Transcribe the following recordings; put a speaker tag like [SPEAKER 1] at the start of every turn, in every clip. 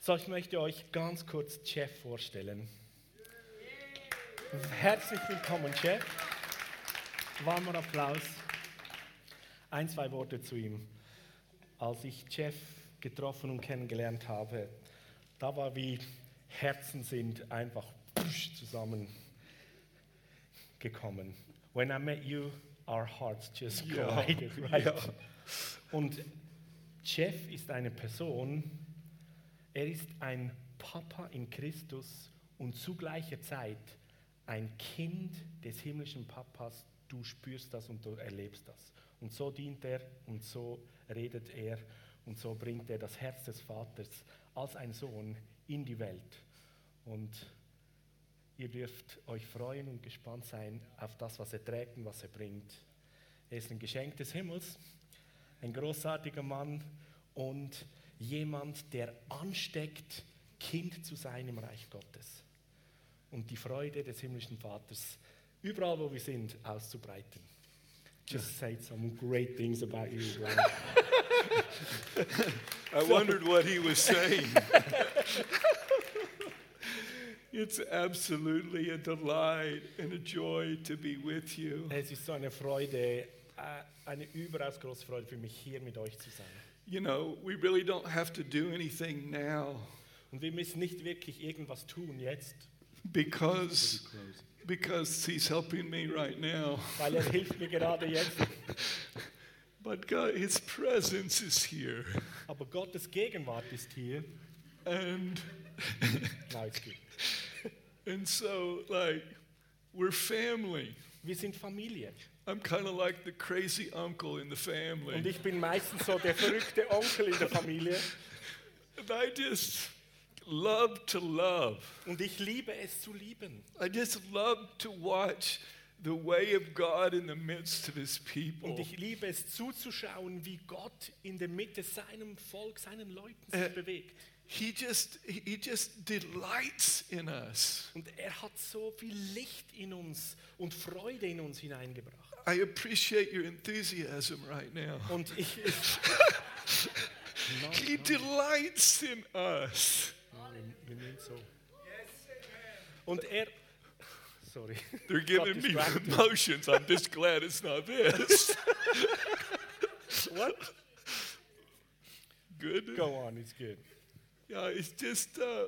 [SPEAKER 1] So, ich möchte euch ganz kurz Jeff vorstellen. Herzlich willkommen, Jeff. Warmer Applaus. Ein, zwei Worte zu ihm. Als ich Jeff getroffen und kennengelernt habe, da war wie Herzen sind einfach zusammengekommen. When I met you, our hearts just
[SPEAKER 2] Ja.
[SPEAKER 1] collided, right?
[SPEAKER 2] Ja.
[SPEAKER 1] Und Jeff ist eine Person, er ist ein Papa in Christus und zu gleicher Zeit ein Kind des himmlischen Papas. Du spürst das und du erlebst das. Und so dient er und so redet er und so bringt er das Herz des Vaters als ein Sohn in die Welt. Und ihr dürft euch freuen und gespannt sein auf das, was er trägt und was er bringt. Er ist ein Geschenk des Himmels ein großartiger Mann und jemand, der ansteckt, Kind zu sein im Reich Gottes und die Freude des himmlischen Vaters überall, wo wir sind, auszubreiten. Just said some great things about you, Brian.
[SPEAKER 2] I wondered what he was saying. it's absolutely a delight and a joy to be with you.
[SPEAKER 1] Es ist so eine Freude, äh, eine überaus große Freude für mich, hier mit euch zu sein.
[SPEAKER 2] You know, we really don't have to do anything now
[SPEAKER 1] Und wir müssen nicht wirklich irgendwas tun jetzt,
[SPEAKER 2] because because he's helping me right now.
[SPEAKER 1] weil er hilft mir gerade jetzt.
[SPEAKER 2] But God, his presence is here.
[SPEAKER 1] Aber Gottes Gegenwart ist hier.
[SPEAKER 2] And
[SPEAKER 1] Now it's good.
[SPEAKER 2] and so like we're family.
[SPEAKER 1] Wir sind Familie.
[SPEAKER 2] I'm kind of like the crazy uncle in the family.
[SPEAKER 1] Und ich bin meistens so der verrückte Onkel in der Familie.
[SPEAKER 2] And I just love to love.
[SPEAKER 1] Und ich liebe es zu lieben.
[SPEAKER 2] I just love to watch the way of God in the midst of his people.
[SPEAKER 1] Und ich liebe es zuzuschauen, wie Gott in der Mitte seinem Volk, seinen Leuten
[SPEAKER 2] Äh.
[SPEAKER 1] sich bewegt.
[SPEAKER 2] He just he just delights in us.
[SPEAKER 1] Und er hat so viel Licht in uns und Freude in uns hineingebracht.
[SPEAKER 2] I appreciate your enthusiasm right now.
[SPEAKER 1] Und ich, ich
[SPEAKER 2] He delights in us.
[SPEAKER 1] wir nehmen so. Und er, sorry,
[SPEAKER 2] They're giving
[SPEAKER 1] Got
[SPEAKER 2] me
[SPEAKER 1] distracted.
[SPEAKER 2] emotions. I'm just glad it's not this.
[SPEAKER 1] what?
[SPEAKER 2] Good.
[SPEAKER 1] Go on, it's good.
[SPEAKER 2] Yeah, it's just uh,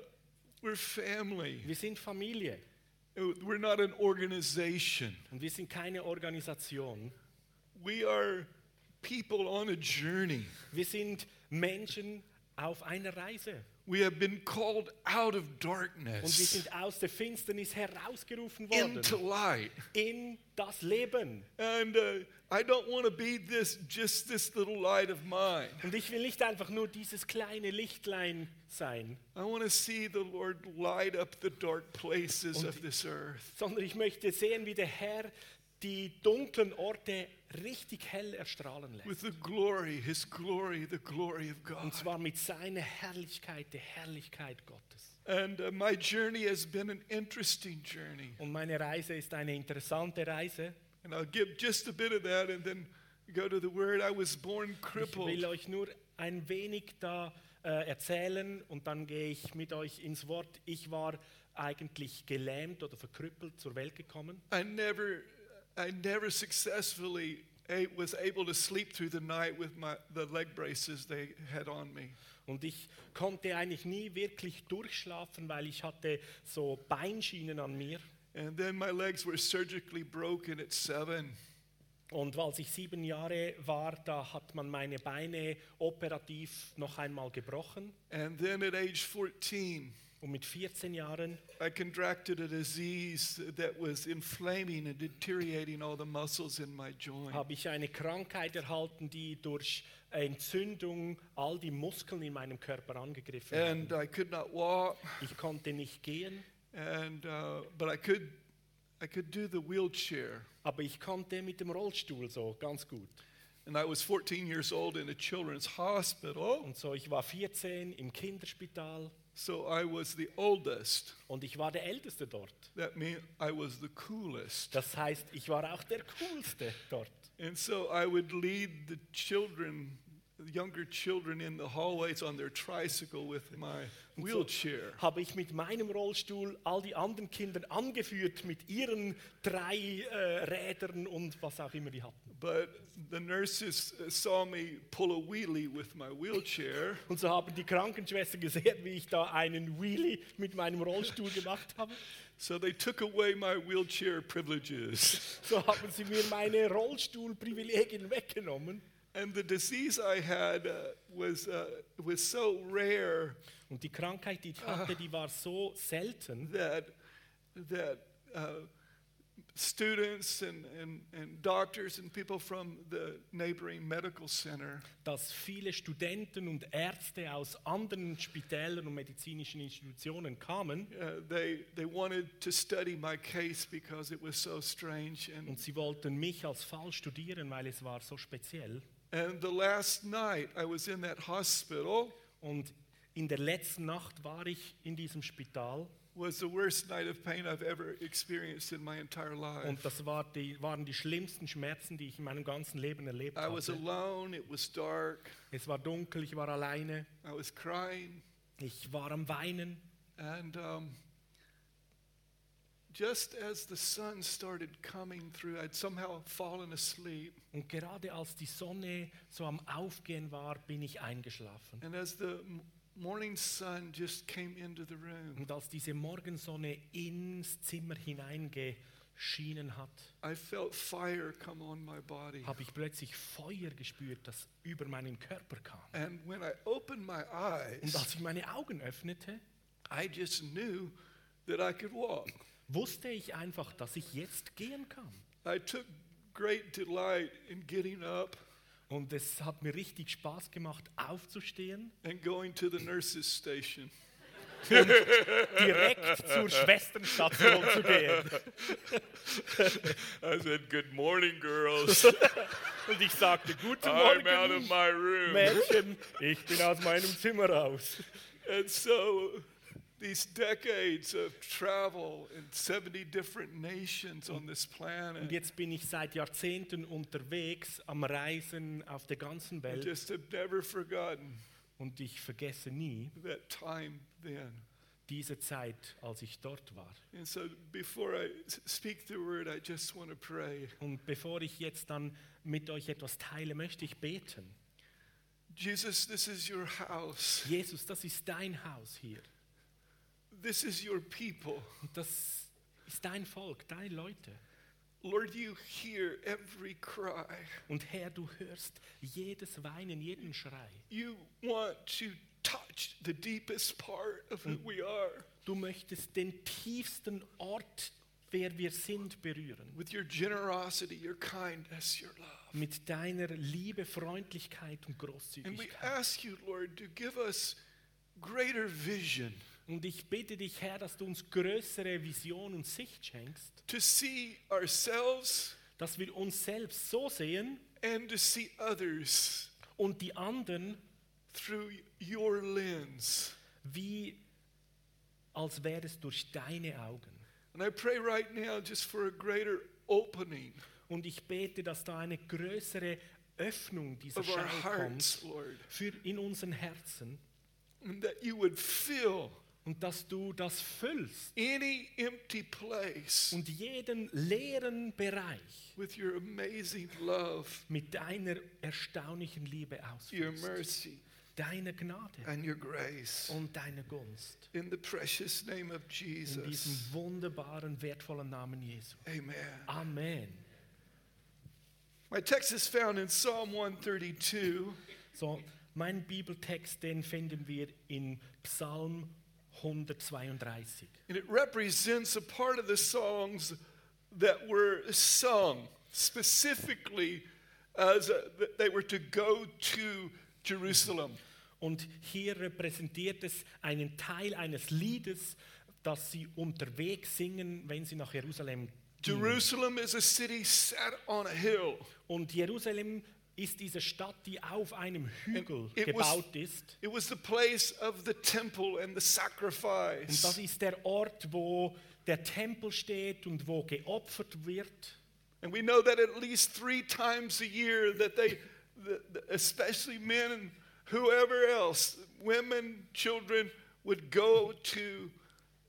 [SPEAKER 2] we're family.
[SPEAKER 1] Wir sind Familie
[SPEAKER 2] We're not an organization.
[SPEAKER 1] und wir sind keine Organisation.
[SPEAKER 2] We are people on a journey.
[SPEAKER 1] Wir sind Menschen auf einer Reise.
[SPEAKER 2] We have been called out of
[SPEAKER 1] Und wir
[SPEAKER 2] darkness
[SPEAKER 1] sind aus der Finsternis herausgerufen worden
[SPEAKER 2] into light.
[SPEAKER 1] in das Leben.
[SPEAKER 2] And uh, I don't want to be this just this little light of mine.
[SPEAKER 1] Und ich will nicht einfach nur dieses kleine Lichtlein sein,
[SPEAKER 2] I want to see the Lord light up the dark places
[SPEAKER 1] Und-
[SPEAKER 2] of this earth.
[SPEAKER 1] sondern ich möchte sehen, wie der Herr die dunklen Orte richtig hell erstrahlen lässt.
[SPEAKER 2] With the glory, His glory, the glory of God.
[SPEAKER 1] Und zwar mit seiner Herrlichkeit, der Herrlichkeit Gottes.
[SPEAKER 2] And uh, my journey has been an interesting journey.
[SPEAKER 1] Und meine Reise ist eine interessante Reise.
[SPEAKER 2] And I'll give just a bit of that and then go to the Word. I was born
[SPEAKER 1] Ich
[SPEAKER 2] crippled.
[SPEAKER 1] will euch nur ein wenig da äh, erzählen und dann gehe ich mit euch ins Wort. Ich war eigentlich gelähmt oder verkrüppelt zur Welt gekommen.
[SPEAKER 2] I never, I never successfully a- was able to sleep through the night with my the leg braces they had on me.
[SPEAKER 1] Und ich konnte eigentlich nie wirklich durchschlafen, weil ich hatte so Beinschienen an mir.
[SPEAKER 2] And then my legs were surgically broken at seven.
[SPEAKER 1] Und als ich sieben Jahre war, da hat man meine Beine operativ noch einmal gebrochen.
[SPEAKER 2] And then at age 14,
[SPEAKER 1] Und mit 14 Jahren
[SPEAKER 2] I contracted a disease that was inflaming and deteriorating all the muscles in my joint.
[SPEAKER 1] habe ich eine Krankheit erhalten, die durch Entzündung all die Muskeln in meinem Körper angegriffen hat.
[SPEAKER 2] And I could not walk.
[SPEAKER 1] Ich konnte nicht gehen,
[SPEAKER 2] And uh, but I could, I could do the wheelchair.
[SPEAKER 1] aber ich konnte mit dem Rollstuhl so ganz gut.
[SPEAKER 2] And I was 14 years old in a children's hospital.
[SPEAKER 1] Und so, ich war 14 im Kinderspital
[SPEAKER 2] So I was the oldest.
[SPEAKER 1] und ich war der Älteste dort.
[SPEAKER 2] That means I was the coolest.
[SPEAKER 1] Das heißt, ich war auch der Coolste dort.
[SPEAKER 2] And so I would lead the children, younger children in the hallways on their tricycle with my wheelchair.
[SPEAKER 1] habe ich mit meinem Rollstuhl all die anderen Kinder angeführt mit ihren drei äh, Rädern und was auch immer die hatten.
[SPEAKER 2] But the nurses uh, saw me pull a wheelie with my wheelchair,
[SPEAKER 1] Und so haben die Krankenschwestern gesehen, wie ich da einen Wheelie mit meinem Rollstuhl gemacht habe.
[SPEAKER 2] so they took away my wheelchair privileges.
[SPEAKER 1] So haben sie mir meine Rollstuhlprivilegien weggenommen.
[SPEAKER 2] And the disease I had uh, was, uh, was so rare
[SPEAKER 1] Und die Krankheit, die ich hatte, die war so selten,
[SPEAKER 2] that, that uh, students and, and, and doctors and people from the neighboring medical center
[SPEAKER 1] dass viele Studenten und Ärzte aus anderen Spitälern und medizinischen Institutionen kamen
[SPEAKER 2] uh, they, they wanted to study my case because it was so strange. And,
[SPEAKER 1] und sie wollten mich als Fall studieren, weil es war so speziell.
[SPEAKER 2] and the last night I was in that hospital
[SPEAKER 1] Und in der letzten Nacht war ich in diesem Spital
[SPEAKER 2] was the worst night of pain I've ever experienced in my entire life.
[SPEAKER 1] und das war die, waren die schlimmsten Schmerzen, die ich in meinem ganzen Leben erlebt
[SPEAKER 2] I was
[SPEAKER 1] hatte.
[SPEAKER 2] alone, it was dark,
[SPEAKER 1] Es war dunkel, ich war alleine,
[SPEAKER 2] I was crying,
[SPEAKER 1] ich war am Weinen.
[SPEAKER 2] and um, just as the sun started coming through, I'd somehow fallen asleep.
[SPEAKER 1] Und gerade als die Sonne so am Aufgehen war, bin ich eingeschlafen.
[SPEAKER 2] And as the m- morning sun just came into the room,
[SPEAKER 1] Und als diese Morgensonne ins Zimmer hineingeschienen hat,
[SPEAKER 2] I felt fire come on my body.
[SPEAKER 1] habe ich plötzlich Feuer gespürt, das über meinen Körper kam.
[SPEAKER 2] And when I opened my
[SPEAKER 1] Und
[SPEAKER 2] eyes,
[SPEAKER 1] als ich meine Augen öffnete,
[SPEAKER 2] I just knew that I could walk.
[SPEAKER 1] wusste ich einfach, dass ich jetzt gehen kann.
[SPEAKER 2] I took great delight in getting up
[SPEAKER 1] Und es hat mir richtig Spaß gemacht, aufzustehen,
[SPEAKER 2] and going to the nurse's station.
[SPEAKER 1] direkt zur Schwesternstation zu gehen.
[SPEAKER 3] I said, Good morning, girls.
[SPEAKER 1] Und ich sagte, guten
[SPEAKER 3] I'm out of
[SPEAKER 1] Morgen,
[SPEAKER 3] my room.
[SPEAKER 1] Mädchen, ich bin aus meinem Zimmer raus.
[SPEAKER 2] And so these decades of travel in 70 different nations on this
[SPEAKER 1] Und
[SPEAKER 2] planet
[SPEAKER 1] jetzt bin ich seit Jahrzehnten unterwegs am Reisen auf der ganzen
[SPEAKER 2] I
[SPEAKER 1] Welt
[SPEAKER 2] just have never forgotten
[SPEAKER 1] und ich vergesse nie
[SPEAKER 2] that time then.
[SPEAKER 1] diese Zeit, als ich dort war.
[SPEAKER 2] And so before I s- speak the word, I just want to pray.
[SPEAKER 1] Und bevor ich jetzt dann mit euch etwas teile, möchte ich beten.
[SPEAKER 2] Jesus, this is your house.
[SPEAKER 1] Jesus, das ist dein Haus hier.
[SPEAKER 2] This is your people.
[SPEAKER 1] Und das ist dein Volk, deine Leute.
[SPEAKER 2] Lord, you hear every cry.
[SPEAKER 1] Und Herr, du hörst jedes Weinen, jeden Schrei.
[SPEAKER 2] You want to touch the deepest part of who we are
[SPEAKER 1] Du möchtest den tiefsten Ort, wer wir sind, berühren.
[SPEAKER 2] with your generosity, your kindness, your love.
[SPEAKER 1] Mit deiner Liebe, Freundlichkeit und
[SPEAKER 2] And we
[SPEAKER 1] Großzügigkeit.
[SPEAKER 2] ask you, Lord, to give us greater vision
[SPEAKER 1] Und ich bitte dich, Herr, dass du uns größere Vision und Sicht schenkst,
[SPEAKER 2] to see ourselves
[SPEAKER 1] dass wir uns selbst so sehen
[SPEAKER 2] and to see others
[SPEAKER 1] und die anderen
[SPEAKER 2] through your lens.
[SPEAKER 1] wie als wäre es durch deine Augen.
[SPEAKER 2] And I pray right now just for a greater opening
[SPEAKER 1] Und ich bete, dass da eine größere Öffnung dieser
[SPEAKER 2] of our
[SPEAKER 1] Schau kommt
[SPEAKER 2] hearts, Lord,
[SPEAKER 1] für in unseren Herzen
[SPEAKER 2] and that you would fill
[SPEAKER 1] und dass du das füllst
[SPEAKER 2] any empty place
[SPEAKER 1] und jeden leeren Bereich
[SPEAKER 2] with your amazing love,
[SPEAKER 1] mit deiner erstaunlichen Liebe
[SPEAKER 2] your
[SPEAKER 1] ausfüllst,
[SPEAKER 2] mercy,
[SPEAKER 1] deiner Gnade
[SPEAKER 2] and your grace.
[SPEAKER 1] und deiner Gunst.
[SPEAKER 2] In the precious name of
[SPEAKER 1] In
[SPEAKER 2] Jesus.
[SPEAKER 1] diesem wunderbaren, wertvollen Namen Jesu.
[SPEAKER 2] Amen.
[SPEAKER 1] Amen.
[SPEAKER 2] My text is found in Psalm 132,
[SPEAKER 1] So, mein Bibeltext, den finden wir in Psalm 132.
[SPEAKER 2] and it represents a part of the songs that were sung specifically as uh, that they were to go to Jerusalem.
[SPEAKER 1] Und hier repräsentiert es einen Teil eines Liedes, das sie unterwegs singen, wenn sie nach Jerusalem gehen.
[SPEAKER 2] Jerusalem is a city set on a hill.
[SPEAKER 1] Und Jerusalem ist diese Stadt, die auf einem Hügel
[SPEAKER 2] It was-
[SPEAKER 1] gebaut ist.
[SPEAKER 2] It was the place of the temple and
[SPEAKER 1] Und
[SPEAKER 2] the
[SPEAKER 1] das
[SPEAKER 2] sacrifice.
[SPEAKER 1] ist der Ort, wo der Tempel steht und wo geopfert wird.
[SPEAKER 2] And we know that at least three times a year that they the, the- especially men and whoever else, women, children, would go to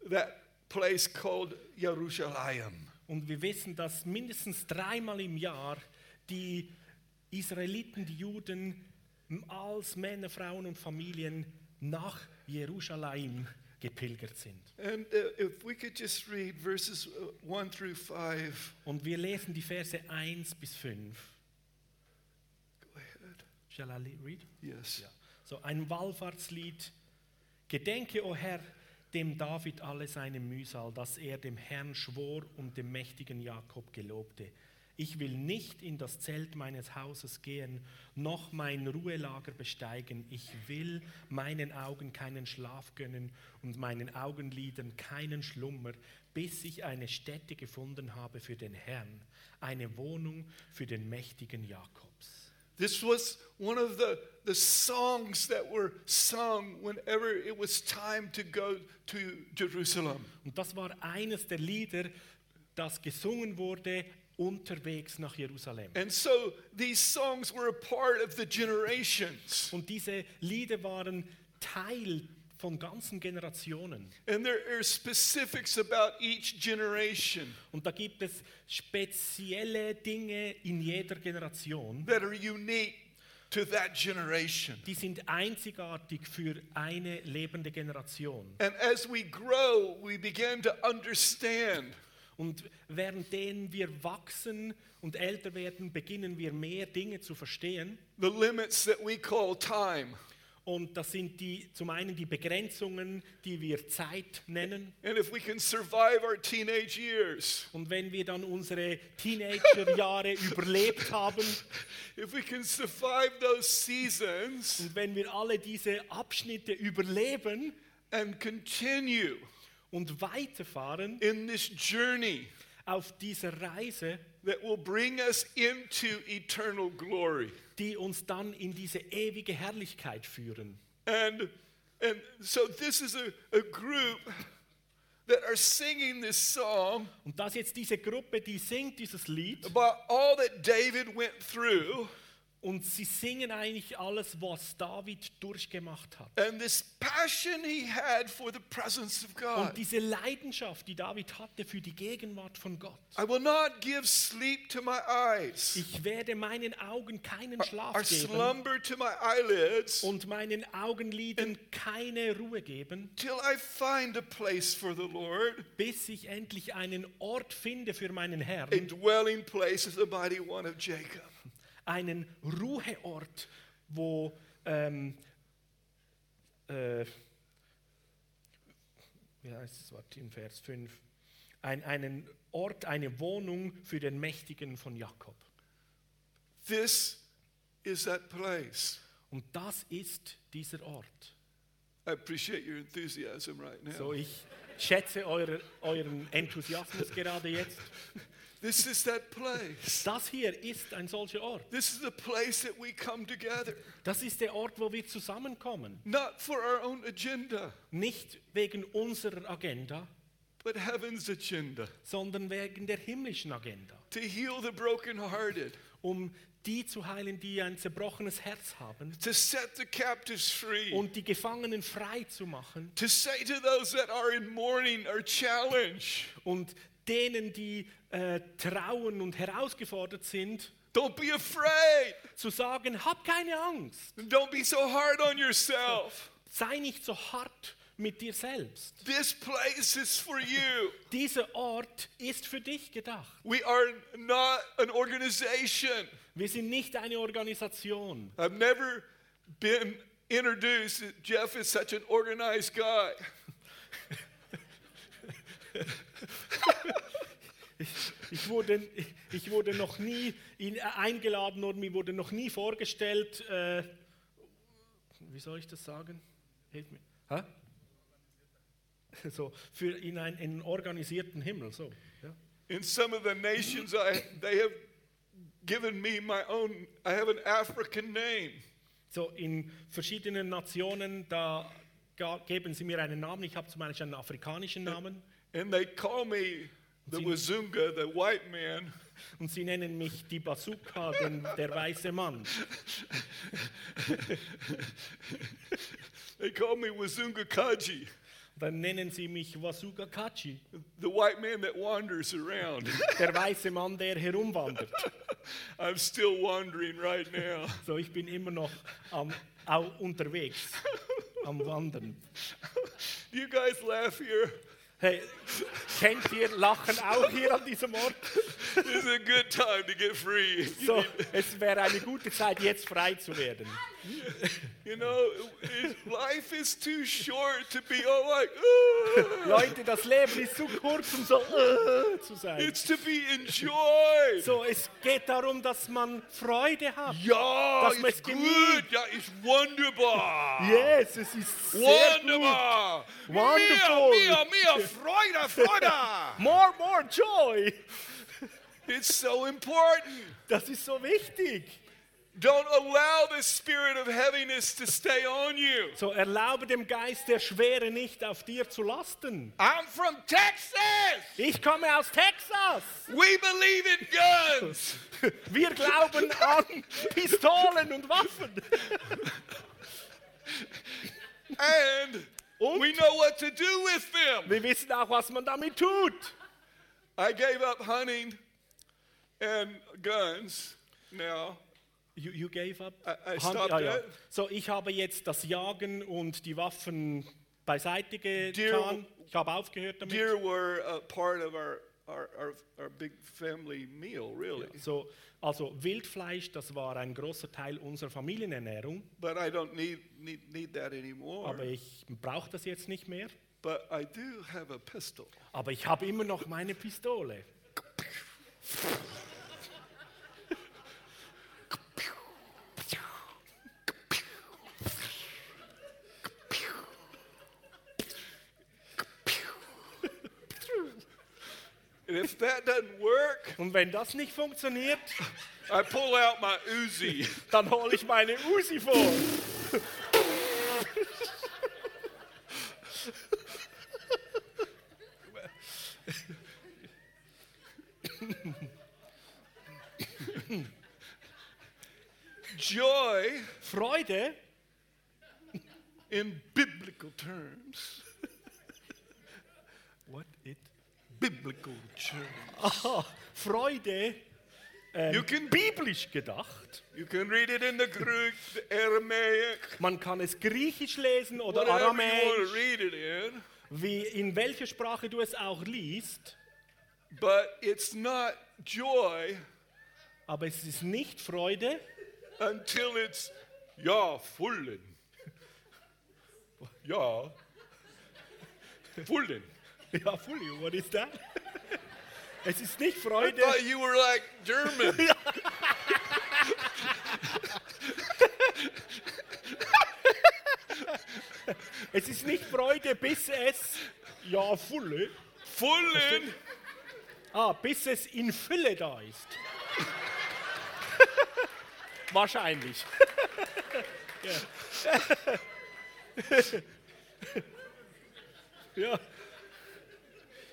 [SPEAKER 2] that place called Jerusalem.
[SPEAKER 1] Und wir wissen, dass mindestens dreimal im Jahr die Israeliten, die Juden, als Männer, Frauen und Familien nach Jerusalem gepilgert sind.
[SPEAKER 2] And uh, if we could just read verses uh, 1 through 5.
[SPEAKER 1] Und wir lesen die Verse 1 bis 5.
[SPEAKER 2] Go ahead.
[SPEAKER 1] Shall I le- read?
[SPEAKER 2] Yes.
[SPEAKER 1] Ja. So ein Wallfahrtslied. Gedenke, o Herr, dem David alle seine Mühsal, dass er dem Herrn schwor und dem mächtigen Jakob gelobte. Ich will nicht in das Zelt meines Hauses gehen, noch mein Ruhelager besteigen. Ich will meinen Augen keinen Schlaf gönnen und meinen Augenlidern keinen Schlummer, bis ich eine Stätte gefunden habe für den Herrn, eine Wohnung für den mächtigen Jakobs.
[SPEAKER 2] This was one of the, the songs that were sung whenever it was time to go to Jerusalem.
[SPEAKER 1] Und das war eines der Lieder, das gesungen wurde unterwegs nach Jerusalem.
[SPEAKER 2] And so these songs were a part of the generations.
[SPEAKER 1] Und diese Lieder waren Teil von ganzen Generationen.
[SPEAKER 2] And there are specifics about each generation
[SPEAKER 1] Und da gibt es spezielle Dinge in jeder Generation,
[SPEAKER 2] that are unique to that generation.
[SPEAKER 1] die sind einzigartig für eine lebende Generation.
[SPEAKER 2] And as we grow, we begin to understand
[SPEAKER 1] Und währenddem wir wachsen und älter werden, beginnen wir mehr Dinge zu verstehen.
[SPEAKER 2] the limits that we call time.
[SPEAKER 1] Und das sind die, zum einen die Begrenzungen, die wir Zeit nennen.
[SPEAKER 2] And if we can survive our teenage years,
[SPEAKER 1] Und wenn wir dann unsere Teenagerjahre überlebt haben
[SPEAKER 2] if we can survive those seasons
[SPEAKER 1] und wenn wir alle diese Abschnitte überleben
[SPEAKER 2] and continue
[SPEAKER 1] und weiterfahren
[SPEAKER 2] in this journey
[SPEAKER 1] auf dieser Reise,
[SPEAKER 2] that will bring us into eternal glory.
[SPEAKER 1] die uns dann in diese ewige Herrlichkeit führen.
[SPEAKER 2] And and so this is a, a group that are singing this song
[SPEAKER 1] Und dass jetzt diese Gruppe, die singt dieses Lied
[SPEAKER 2] about all that David went through
[SPEAKER 1] und sie singen eigentlich alles, was David durchgemacht hat.
[SPEAKER 2] and this passion he had for the presence of
[SPEAKER 1] Und
[SPEAKER 2] God.
[SPEAKER 1] diese Leidenschaft, die David hatte für die Gegenwart von Gott.
[SPEAKER 2] I will not give sleep to my eyes,
[SPEAKER 1] Ich werde meinen Augen keinen
[SPEAKER 2] or
[SPEAKER 1] Schlaf geben.
[SPEAKER 2] slumber to my eyelids,
[SPEAKER 1] und meinen Augenlidern keine Ruhe geben,
[SPEAKER 2] till I find a place for the Lord,
[SPEAKER 1] bis ich endlich einen Ort finde für meinen
[SPEAKER 2] a
[SPEAKER 1] Herrn,
[SPEAKER 2] dwelling place of the mighty one of Jacob.
[SPEAKER 1] einen Ruheort, wo ähm, äh, wie heißt es Warte, in Vers 5? Ein, einen Ort, eine Wohnung für den Mächtigen von Jakob.
[SPEAKER 2] This is that place.
[SPEAKER 1] Und das ist dieser Ort.
[SPEAKER 2] I appreciate your enthusiasm right now.
[SPEAKER 1] So, ich schätze eure, euren Enthusiasmus gerade jetzt.
[SPEAKER 2] This is that place.
[SPEAKER 1] Das hier ist ein solcher Ort.
[SPEAKER 2] This is the place that we come together,
[SPEAKER 1] Das ist der Ort, wo wir zusammenkommen.
[SPEAKER 2] not for our own agenda,
[SPEAKER 1] Nicht wegen unserer Agenda,
[SPEAKER 2] but heaven's agenda
[SPEAKER 1] sondern wegen der himmlischen Agenda.
[SPEAKER 2] to heal the brokenhearted,
[SPEAKER 1] Um die zu heilen, die ein zerbrochenes Herz haben
[SPEAKER 2] to set the captives free,
[SPEAKER 1] und die Gefangenen frei zu machen
[SPEAKER 2] to say to those that are in mourning or challenge,
[SPEAKER 1] und denen, die äh, trauen und herausgefordert sind,
[SPEAKER 2] don't be afraid,
[SPEAKER 1] zu sagen, hab keine Angst,
[SPEAKER 2] and don't be so hard on yourself.
[SPEAKER 1] sei nicht so hart mit dir selbst.
[SPEAKER 2] This place is for you.
[SPEAKER 1] Dieser Ort ist für dich gedacht.
[SPEAKER 2] We are not an organization.
[SPEAKER 1] Wir sind nicht eine Organisation.
[SPEAKER 2] I've never been introduced. Jeff is such an organized guy.
[SPEAKER 1] Ich wurde, ich wurde noch nie in, äh, eingeladen oder mir wurde noch nie vorgestellt. Äh, wie soll ich das sagen? Hilf mir. Hä? So, für in einen, in einen organisierten Himmel. So, ja.
[SPEAKER 2] In some of the nations, I, they have given me my own, I have an African name.
[SPEAKER 1] so, in verschiedenen Nationen, da ga- geben sie mir einen Namen. Ich habe zum Beispiel einen afrikanischen Namen.
[SPEAKER 2] And they call me the Wazunga, the white man,
[SPEAKER 1] Und sie nennen mich die Bazooka, den, der weiße Mann.
[SPEAKER 2] they call me Wazunga Kaji,
[SPEAKER 1] Dann nennen sie mich Wasuga Kachi,
[SPEAKER 2] the white man that wanders around.
[SPEAKER 1] der weiße Mann, der herumwandert.
[SPEAKER 2] I'm still wandering right now.
[SPEAKER 1] So, ich bin immer noch am, au, unterwegs, am Wandern.
[SPEAKER 2] Do you guys laugh here?
[SPEAKER 1] Hey, kennt ihr Lachen auch hier an diesem Ort?
[SPEAKER 2] This is a good time to get free.
[SPEAKER 1] So, es wäre eine gute Zeit, jetzt frei zu werden.
[SPEAKER 2] You know, it- life is too short to be all like, "Ugh."
[SPEAKER 1] Leute, das Leben ist zu kurz, um so äh, zu sein.
[SPEAKER 2] it's to be enjoyed.
[SPEAKER 1] So, es geht darum, dass man Freude hat.
[SPEAKER 2] yeah,
[SPEAKER 1] Das
[SPEAKER 2] it's
[SPEAKER 1] möchte ich nie.
[SPEAKER 2] good. Yeah, it's wunderbar.
[SPEAKER 1] Yes, es ist sehr gut.
[SPEAKER 2] Wunderbar.
[SPEAKER 1] Wonderful.
[SPEAKER 2] Mia, mia, mia, Freude, Freude.
[SPEAKER 1] More, more joy.
[SPEAKER 2] it's so important.
[SPEAKER 1] Das ist so wichtig.
[SPEAKER 2] Don't allow the spirit of heaviness to stay on you.
[SPEAKER 1] So, erlaube dem Geist der Schwere nicht auf dir zu lasten.
[SPEAKER 2] I'm from Texas.
[SPEAKER 1] Ich komme aus Texas.
[SPEAKER 2] We believe in guns.
[SPEAKER 1] Wir glauben an Pistolen und Waffen.
[SPEAKER 2] and
[SPEAKER 1] Und
[SPEAKER 2] we know what to do with them.
[SPEAKER 1] wir wissen auch, was man damit tut.
[SPEAKER 2] I gave up hunting and guns now.
[SPEAKER 1] You, you gave up?
[SPEAKER 2] I- I
[SPEAKER 1] Hand-
[SPEAKER 2] Äh, stopped
[SPEAKER 1] ah, ja.
[SPEAKER 2] it.
[SPEAKER 1] So, ich habe jetzt das Jagen und die Waffen beiseite
[SPEAKER 2] Dear-
[SPEAKER 1] getan. Ich habe aufgehört damit.
[SPEAKER 2] Deer were a part of our, our, our, our big family meal, really.
[SPEAKER 1] So, also Wildfleisch, das war ein großer Teil unserer Familienernährung,
[SPEAKER 2] But I don't need, need, need that anymore.
[SPEAKER 1] aber ich brauche das jetzt nicht mehr.
[SPEAKER 2] But I do have a pistol.
[SPEAKER 1] Aber ich habe immer noch meine Pistole.
[SPEAKER 2] And if that doesn't work,
[SPEAKER 1] Und wenn das nicht funktioniert,
[SPEAKER 2] I pull out my Uzi.
[SPEAKER 1] dann hole ich meine Uzi vor.
[SPEAKER 2] Joy,
[SPEAKER 1] Freude
[SPEAKER 2] in biblical terms,
[SPEAKER 1] What it?
[SPEAKER 2] biblical terms.
[SPEAKER 1] Aha, Freude,
[SPEAKER 2] You can
[SPEAKER 1] biblisch gedacht.
[SPEAKER 2] you can read it in the Greek, the Aramaic,
[SPEAKER 1] Man kann es griechisch lesen oder
[SPEAKER 2] whatever you want
[SPEAKER 1] aramäisch,
[SPEAKER 2] to read it in.
[SPEAKER 1] wie in welcher Sprache du es auch liest.
[SPEAKER 2] But it's not joy
[SPEAKER 1] Aber es ist nicht Freude,
[SPEAKER 2] until it's ja fullen. Ja fullen.
[SPEAKER 1] Ja, fully, what is that? Es ist nicht
[SPEAKER 2] I
[SPEAKER 1] Freude.
[SPEAKER 2] thought you were like German.
[SPEAKER 1] Es ist nicht Freude, bis es ja Fülle.
[SPEAKER 2] fullen.
[SPEAKER 1] Ah, bis es in Fülle da ist. Wahrscheinlich. ja. ja.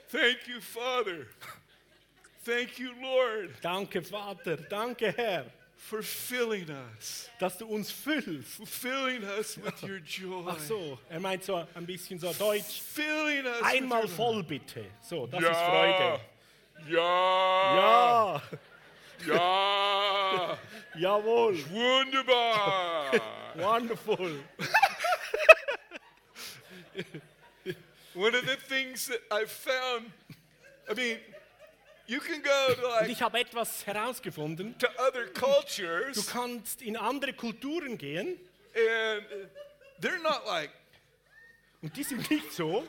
[SPEAKER 2] Thank you, Father. Thank you, Lord,
[SPEAKER 1] Danke, Vater. Danke, Herr,
[SPEAKER 2] for filling us.
[SPEAKER 1] dass du uns füllst.
[SPEAKER 2] Filling us with your joy.
[SPEAKER 1] Ach so, er meint so ein bisschen so deutsch.
[SPEAKER 2] Filling us
[SPEAKER 1] Einmal
[SPEAKER 2] with your
[SPEAKER 1] voll bitte. So, das ist
[SPEAKER 3] Ja.
[SPEAKER 1] Freude.
[SPEAKER 3] Ja.
[SPEAKER 1] Ja,
[SPEAKER 3] Ja.
[SPEAKER 1] jawohl.
[SPEAKER 3] Wunderbar.
[SPEAKER 1] Wonderful.
[SPEAKER 2] One of the things that I found, I mean, you can go to,
[SPEAKER 1] Und
[SPEAKER 2] like,
[SPEAKER 1] ich habe etwas herausgefunden.
[SPEAKER 2] to other
[SPEAKER 1] Du
[SPEAKER 2] cultures
[SPEAKER 1] kannst in andere Kulturen gehen
[SPEAKER 2] and they're not like,
[SPEAKER 1] und die sind nicht so.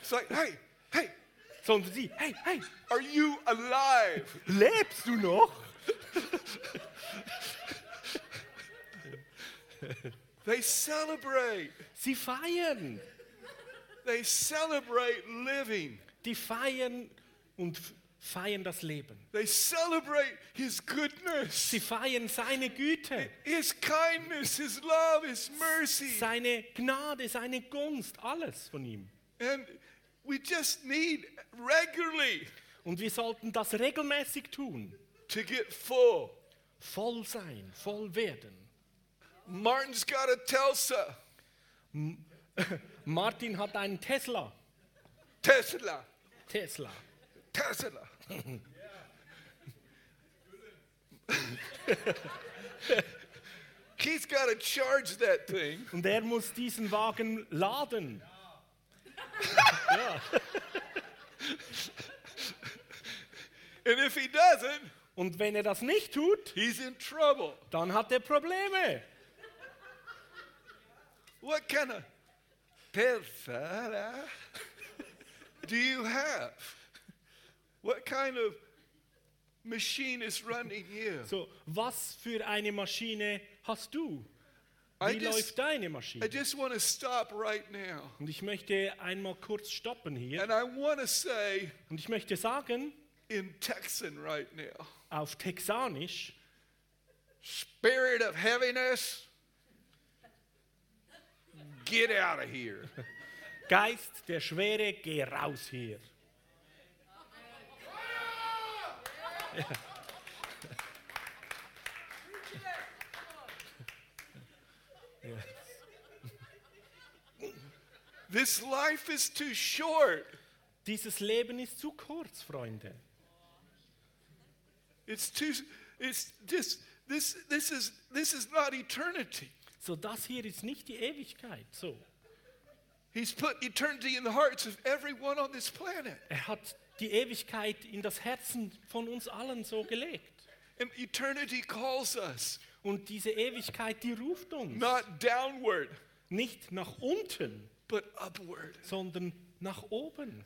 [SPEAKER 2] it's like, hey, hey,
[SPEAKER 1] sondern sie, hey, hey,
[SPEAKER 2] are you alive?
[SPEAKER 1] lebst du noch?
[SPEAKER 2] They celebrate.
[SPEAKER 1] Sie feiern,
[SPEAKER 2] They celebrate living.
[SPEAKER 1] die feiern und f- feiern das Leben.
[SPEAKER 2] They celebrate his goodness,
[SPEAKER 1] Sie feiern seine Güte,
[SPEAKER 2] his kindness, his love, his mercy.
[SPEAKER 1] seine Gnade, seine Gunst, alles von ihm.
[SPEAKER 2] And we just need regularly
[SPEAKER 1] Und wir sollten das regelmäßig tun.
[SPEAKER 2] to get full.
[SPEAKER 1] Voll sein, voll werden.
[SPEAKER 2] Martin's got a Tesla.
[SPEAKER 1] Martin hat einen Tesla.
[SPEAKER 2] Tesla.
[SPEAKER 1] Tesla.
[SPEAKER 2] Tesla. Keith's got to charge that thing.
[SPEAKER 1] Und er muss diesen Wagen laden.
[SPEAKER 2] And if he doesn't,
[SPEAKER 1] Und wenn er das nicht tut,
[SPEAKER 2] he's in trouble.
[SPEAKER 1] dann hat er Probleme.
[SPEAKER 2] What kind of Tesla do you have? What kind of machine is running you?
[SPEAKER 1] So, was für eine Maschine hast du?
[SPEAKER 2] I
[SPEAKER 1] Wie
[SPEAKER 2] just,
[SPEAKER 1] läuft deine
[SPEAKER 2] I
[SPEAKER 1] Maschine?
[SPEAKER 2] just want to stop right now.
[SPEAKER 1] Und ich möchte einmal kurz stoppen hier.
[SPEAKER 2] And I want to say
[SPEAKER 1] Und ich möchte sagen,
[SPEAKER 2] in Texan right now
[SPEAKER 1] auf Texanisch,
[SPEAKER 2] Spirit of heaviness, get out of here.
[SPEAKER 1] Geist der Schwere, geh raus hier.
[SPEAKER 2] This life is too short,
[SPEAKER 1] Dieses Leben ist zu kurz, Freunde.
[SPEAKER 2] it's too, it's just, this, this, is, this is not eternity.
[SPEAKER 1] So, das hier ist nicht die Ewigkeit. So,
[SPEAKER 2] He's put eternity in the hearts of everyone on this planet.
[SPEAKER 1] er hat die Ewigkeit in das Herzen von uns allen so gelegt.
[SPEAKER 2] And eternity calls us
[SPEAKER 1] Und diese Ewigkeit, die ruft uns
[SPEAKER 2] not downward,
[SPEAKER 1] nicht nach unten,
[SPEAKER 2] but upward.
[SPEAKER 1] sondern nach oben.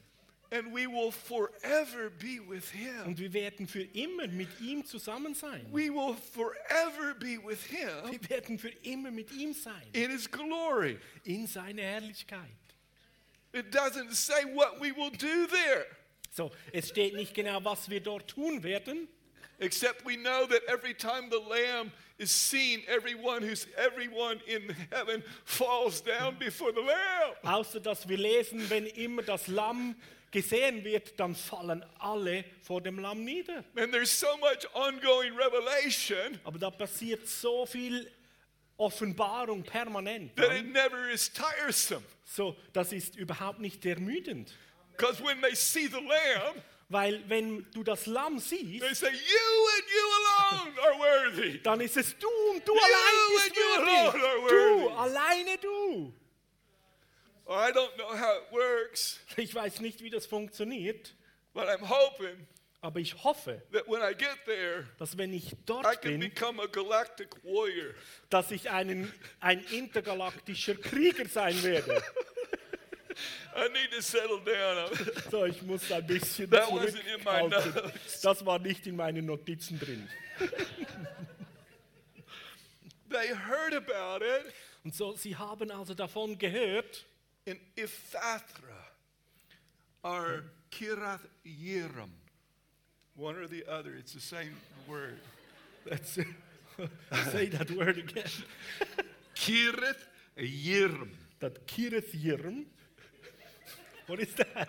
[SPEAKER 2] And we will forever be with Him.
[SPEAKER 1] Und wir werden für immer mit ihm zusammen sein.
[SPEAKER 2] We will forever be with Him
[SPEAKER 1] Wir werden für immer mit ihm sein,
[SPEAKER 2] in His glory.
[SPEAKER 1] in seiner Herrlichkeit.
[SPEAKER 2] It doesn't say what we will do there,
[SPEAKER 1] So, es steht nicht genau, was wir dort tun werden,
[SPEAKER 2] except we know that every time the Lamb is seen, everyone who's everyone in heaven falls down before the Lamb.
[SPEAKER 1] außer dass wir lesen, wenn immer das Lamm gesehen wird, dann fallen alle vor dem Lamm nieder.
[SPEAKER 2] And there's so much ongoing revelation
[SPEAKER 1] Aber da passiert so viel Offenbarung permanent,
[SPEAKER 2] that it
[SPEAKER 1] dann.
[SPEAKER 2] never is tiresome.
[SPEAKER 1] so das ist überhaupt nicht ermüdend,
[SPEAKER 2] Because when they see the Lamb,
[SPEAKER 1] weil wenn du das Lamm siehst,
[SPEAKER 2] they say, You and you alone are worthy.
[SPEAKER 1] dann ist es du und du
[SPEAKER 2] You
[SPEAKER 1] allein
[SPEAKER 2] and
[SPEAKER 1] bist
[SPEAKER 2] you alone are
[SPEAKER 1] würdig. Du,
[SPEAKER 2] worthy.
[SPEAKER 1] alleine du.
[SPEAKER 2] Well, I don't know how it works,
[SPEAKER 1] Ich weiß nicht, wie das funktioniert,
[SPEAKER 2] but I'm hoping
[SPEAKER 1] aber ich hoffe,
[SPEAKER 2] that when I get there,
[SPEAKER 1] dass wenn ich
[SPEAKER 2] I
[SPEAKER 1] dort
[SPEAKER 2] can
[SPEAKER 1] bin,
[SPEAKER 2] become a galactic warrior.
[SPEAKER 1] dass ich einen, ein intergalaktischer Krieger sein werde.
[SPEAKER 2] I need to settle down.
[SPEAKER 1] So, ich muss ein bisschen
[SPEAKER 2] That wasn't in my
[SPEAKER 1] zurückhalten. Das war nicht in meinen Notizen drin.
[SPEAKER 2] they heard about it
[SPEAKER 1] Und so, sie haben also davon gehört,
[SPEAKER 2] in Ephathra or Kirath Yerim. One or the other, it's the same word.
[SPEAKER 1] let's say that word again,
[SPEAKER 2] Kirath Yerim.
[SPEAKER 1] that Kirith Yirm, what is that?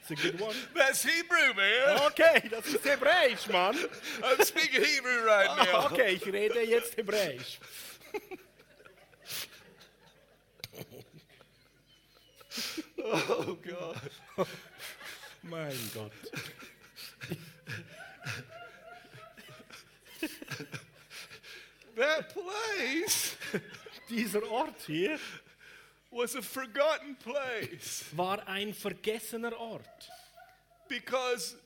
[SPEAKER 1] It's a good one.
[SPEAKER 2] That's Hebrew, man.
[SPEAKER 1] Okay, das ist Hebräisch, Mann.
[SPEAKER 2] I'm speaking Hebrew right now.
[SPEAKER 1] Oh, Okay, ich rede jetzt Hebräisch.
[SPEAKER 2] Oh God.
[SPEAKER 1] Mein Gott.
[SPEAKER 2] That place
[SPEAKER 1] Dieser Ort hier
[SPEAKER 2] was a forgotten place
[SPEAKER 1] war ein vergessener Ort,
[SPEAKER 2] because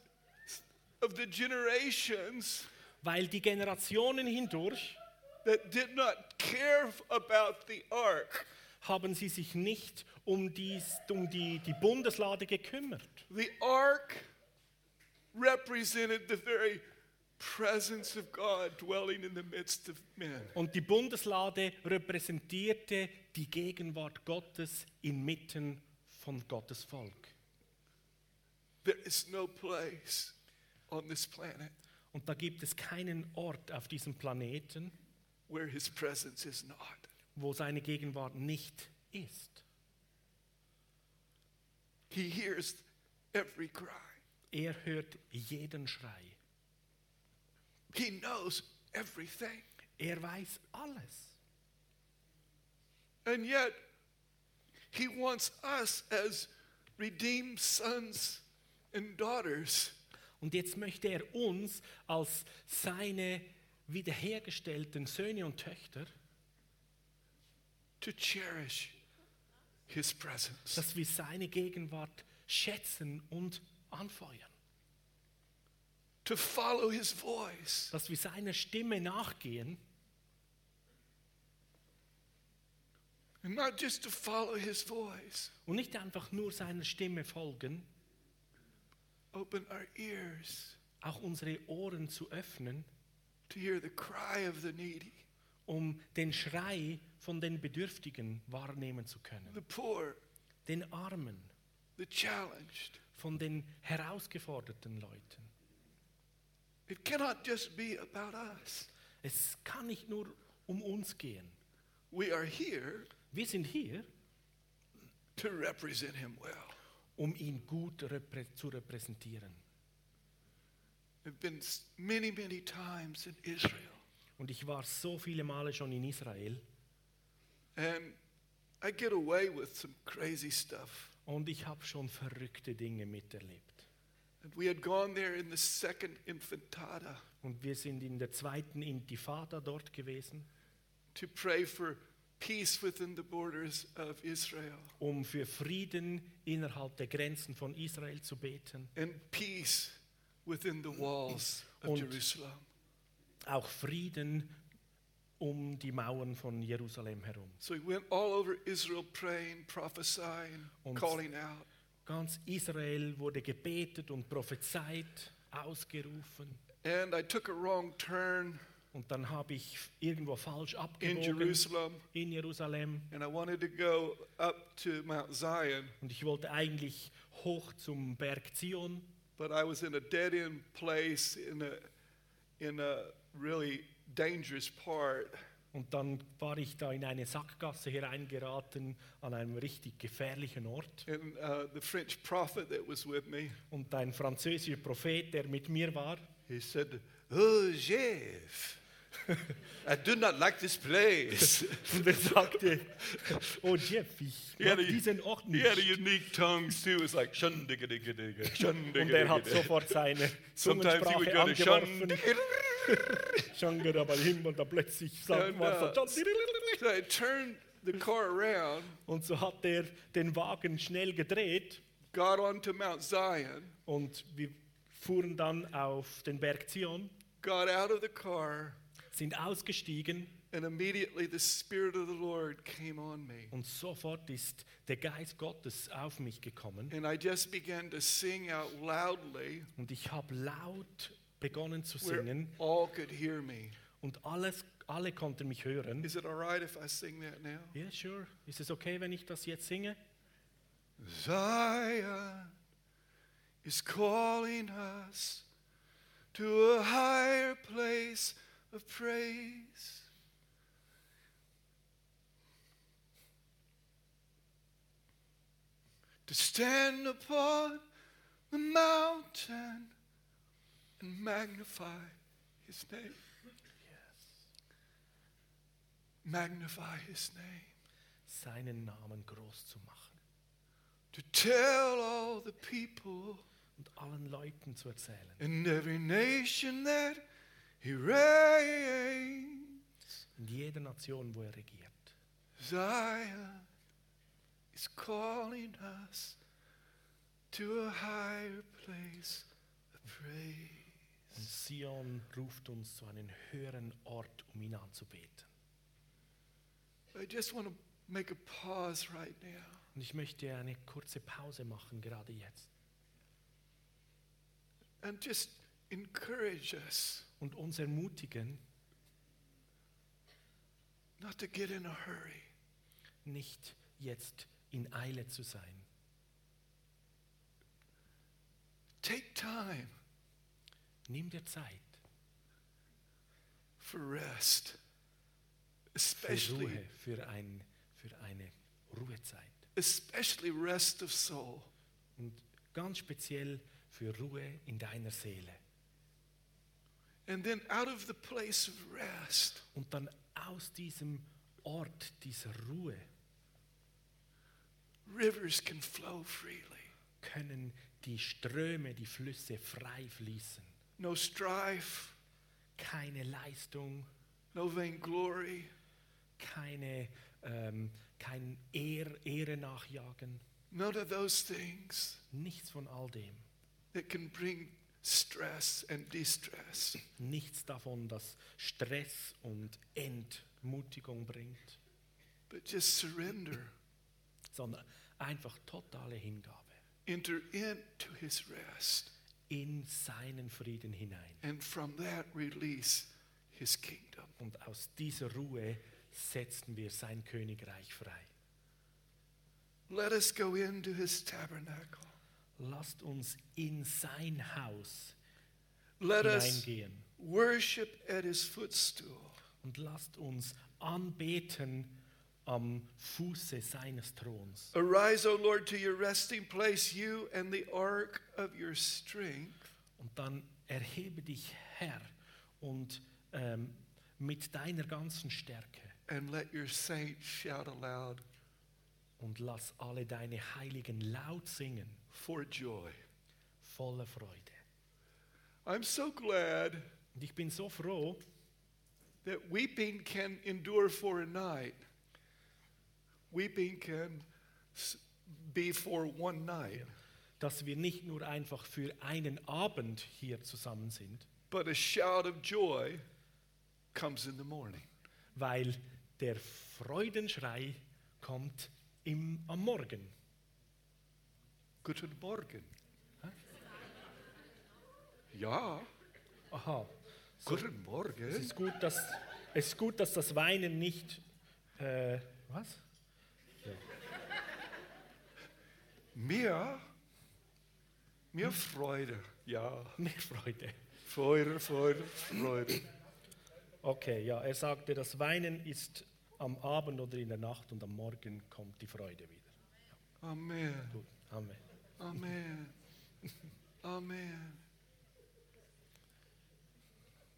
[SPEAKER 2] of the generations
[SPEAKER 1] weil die Generationen hindurch
[SPEAKER 2] that did not care about the ark.
[SPEAKER 1] haben sie sich nicht um, dies, um die, die Bundeslade gekümmert.
[SPEAKER 2] The ark represented the very presence of God dwelling in the midst of men.
[SPEAKER 1] Und die Bundeslade repräsentierte die Gegenwart Gottes inmitten von Gottes Volk.
[SPEAKER 2] There is no place on this planet
[SPEAKER 1] Und da gibt es keinen Ort auf diesem Planeten,
[SPEAKER 2] where his presence is not.
[SPEAKER 1] wo seine Gegenwart nicht ist.
[SPEAKER 2] He hears every cry.
[SPEAKER 1] Er hört jeden Schrei.
[SPEAKER 2] He knows everything.
[SPEAKER 1] Er weiß alles.
[SPEAKER 2] And yet, He wants us as redeemed sons and daughters
[SPEAKER 1] Und jetzt möchte er uns als seine wiederhergestellten Söhne und Töchter,
[SPEAKER 2] to cherish His presence.
[SPEAKER 1] dass wir seine Gegenwart schätzen und anfeuern,
[SPEAKER 2] to follow his voice,
[SPEAKER 1] dass wir seiner Stimme nachgehen
[SPEAKER 2] and not just to follow his voice.
[SPEAKER 1] und nicht einfach nur seiner Stimme folgen,
[SPEAKER 2] Open our ears
[SPEAKER 1] auch unsere Ohren zu öffnen,
[SPEAKER 2] to hear the cry of the needy,
[SPEAKER 1] um den Schrei von den Bedürftigen wahrnehmen zu können,
[SPEAKER 2] the poor,
[SPEAKER 1] den Armen,
[SPEAKER 2] the challenged.
[SPEAKER 1] von den herausgeforderten Leuten.
[SPEAKER 2] It cannot just be about us.
[SPEAKER 1] Es kann nicht nur um uns gehen.
[SPEAKER 2] We are here
[SPEAKER 1] Wir sind hier,
[SPEAKER 2] to represent him well.
[SPEAKER 1] um ihn gut reprä zu repräsentieren.
[SPEAKER 2] There have been s- many, many times in Israel,
[SPEAKER 1] Und ich war so viele Male schon in Israel
[SPEAKER 2] and I get away with some crazy stuff.
[SPEAKER 1] und ich habe schon verrückte Dinge miterlebt.
[SPEAKER 2] And we had gone there in the second infantada
[SPEAKER 1] Und wir sind in der zweiten Intifada dort gewesen,
[SPEAKER 2] to pray for peace within the borders of Israel.
[SPEAKER 1] um für Frieden innerhalb der Grenzen von Israel zu beten,
[SPEAKER 2] and peace within the walls of
[SPEAKER 1] Und-
[SPEAKER 2] Jerusalem.
[SPEAKER 1] auch Frieden um die Mauern von Jerusalem herum.
[SPEAKER 2] So he went all over Israel praying, prophesying,
[SPEAKER 1] Und-
[SPEAKER 2] calling out.
[SPEAKER 1] Ganz Israel wurde gebetet und prophezeit, ausgerufen.
[SPEAKER 2] And I took a wrong turn
[SPEAKER 1] Und dann habe ich irgendwo falsch
[SPEAKER 2] in
[SPEAKER 1] abgebogen
[SPEAKER 2] Jerusalem,
[SPEAKER 1] in Jerusalem.
[SPEAKER 2] and I wanted to go up to Mount Zion,
[SPEAKER 1] Und ich wollte eigentlich hoch zum Berg Zion,
[SPEAKER 2] but I was in a dead end place in a, in a really dangerous part.
[SPEAKER 1] Und dann war ich da in eine Sackgasse hereingeraten, an einem richtig gefährlichen Ort.
[SPEAKER 2] And uh, the French prophet that was with me,
[SPEAKER 1] Und ein französischer Prophet, der mit mir war,
[SPEAKER 2] he said, Oh, Jeff, I do not like this place.
[SPEAKER 1] und er sagte, oh Jeff, ich
[SPEAKER 2] Ja,
[SPEAKER 1] mag
[SPEAKER 2] die-
[SPEAKER 1] diesen Ort
[SPEAKER 2] He had a
[SPEAKER 1] nicht.
[SPEAKER 2] unique tongues too. It's like shun digga digga digga shun digga
[SPEAKER 1] Und er hat
[SPEAKER 2] digga.
[SPEAKER 1] sofort seine
[SPEAKER 2] Sometimes he would
[SPEAKER 1] Zungensprache
[SPEAKER 2] go to shun
[SPEAKER 1] angeworfen.
[SPEAKER 2] digga.
[SPEAKER 1] Schanger aber Himmel, da plötzlich sagt
[SPEAKER 2] And,
[SPEAKER 1] man
[SPEAKER 2] uh,
[SPEAKER 1] so,
[SPEAKER 2] So I turned the car around,
[SPEAKER 1] Und so hat er den Wagen schnell gedreht
[SPEAKER 2] got onto Mount Zion,
[SPEAKER 1] und wir fuhren dann auf den Berg Zion,
[SPEAKER 2] got out of the car,
[SPEAKER 1] sind ausgestiegen
[SPEAKER 2] and immediately the Spirit of the Lord came on me.
[SPEAKER 1] Und sofort ist der Geist Gottes auf mich gekommen
[SPEAKER 2] And I just began to sing out loudly
[SPEAKER 1] und ich habe laut begonnen zu
[SPEAKER 2] where
[SPEAKER 1] singen
[SPEAKER 2] all could hear me.
[SPEAKER 1] und alles, alle konnten mich hören.
[SPEAKER 2] Is it all right if I sing that now?
[SPEAKER 1] Yeah, sure. Ist es okay, wenn ich das jetzt singe?
[SPEAKER 2] Zion is calling us to a higher place of praise. To stand upon the mountain and magnify his name. Yes. Magnify his name.
[SPEAKER 1] Seinen Namen groß zu machen
[SPEAKER 2] To tell all the people
[SPEAKER 1] und allen Leuten zu erzählen
[SPEAKER 2] In every nation that he reigns,
[SPEAKER 1] in jeder Nation, wo er regiert.
[SPEAKER 2] Zion is calling us to a higher place of praise.
[SPEAKER 1] Und Sion ruft uns zu einem höheren Ort, um ihn anzubeten.
[SPEAKER 2] I just want to make a pause right now
[SPEAKER 1] Und ich möchte eine kurze Pause machen, gerade jetzt,
[SPEAKER 2] and just encourage us
[SPEAKER 1] und uns ermutigen,
[SPEAKER 2] not to get in a hurry,
[SPEAKER 1] nicht jetzt in Eile zu sein.
[SPEAKER 2] take time
[SPEAKER 1] Nimm dir Zeit
[SPEAKER 2] for rest,
[SPEAKER 1] für
[SPEAKER 2] especially
[SPEAKER 1] Ruhe, für, ein, für eine Ruhezeit,
[SPEAKER 2] especially rest of soul.
[SPEAKER 1] und ganz speziell für Ruhe in deiner Seele.
[SPEAKER 2] And then out of the place of rest,
[SPEAKER 1] Und dann aus diesem Ort dieser Ruhe
[SPEAKER 2] rivers can flow freely.
[SPEAKER 1] können die Ströme, die Flüsse frei fließen.
[SPEAKER 2] No strife,
[SPEAKER 1] Keine Leistung,
[SPEAKER 2] no vainglory,
[SPEAKER 1] keine, ähm, kein Ehr, Ehre nachjagen,
[SPEAKER 2] none of those things
[SPEAKER 1] nichts von all dem.
[SPEAKER 2] that can bring stress and distress.
[SPEAKER 1] Nichts davon, das Stress und Entmutigung bringt,
[SPEAKER 2] But just surrender,
[SPEAKER 1] sondern einfach totale Hingabe
[SPEAKER 2] enter into his rest,
[SPEAKER 1] in seinen Frieden hinein.
[SPEAKER 2] and from that release his kingdom.
[SPEAKER 1] Und aus dieser Ruhe setzen wir sein Königreich frei.
[SPEAKER 2] Let us go into his tabernacle.
[SPEAKER 1] Lasst uns in sein Haus
[SPEAKER 2] Let us
[SPEAKER 1] hineingehen
[SPEAKER 2] worship at his footstool.
[SPEAKER 1] und lasst uns anbeten am Fuße seines Throns.
[SPEAKER 2] Arise, O Lord, to your resting place, you and the ark of your strength.
[SPEAKER 1] Und dann erhebe dich, Herr, und ähm, mit deiner ganzen Stärke
[SPEAKER 2] and let your saints shout aloud
[SPEAKER 1] und lass alle deine Heiligen laut singen,
[SPEAKER 2] for joy.
[SPEAKER 1] voller Freude.
[SPEAKER 2] I'm so glad
[SPEAKER 1] Und ich bin so froh,
[SPEAKER 2] that weeping can endure for a night. Weeping can s- be for one night,
[SPEAKER 1] dass wir nicht nur einfach für einen Abend hier zusammen sind,
[SPEAKER 2] but a shout of joy comes in the morning.
[SPEAKER 1] weil der Freudenschrei kommt im, am Morgen.
[SPEAKER 2] Guten Morgen. Ja,
[SPEAKER 1] Aha. So,
[SPEAKER 2] guten
[SPEAKER 1] es,
[SPEAKER 2] Morgen.
[SPEAKER 1] ist gut, dass, es ist gut, dass das Weinen nicht... Äh, was?
[SPEAKER 2] Mir, mir Freude. Ja,
[SPEAKER 1] Mehr Freude.
[SPEAKER 2] Freude, Freude, Freude.
[SPEAKER 1] Okay, ja, er sagte, das Weinen ist am Abend oder in der Nacht und am Morgen kommt die Freude wieder.
[SPEAKER 2] Amen.
[SPEAKER 1] Gut, Amen.
[SPEAKER 2] Amen. Amen.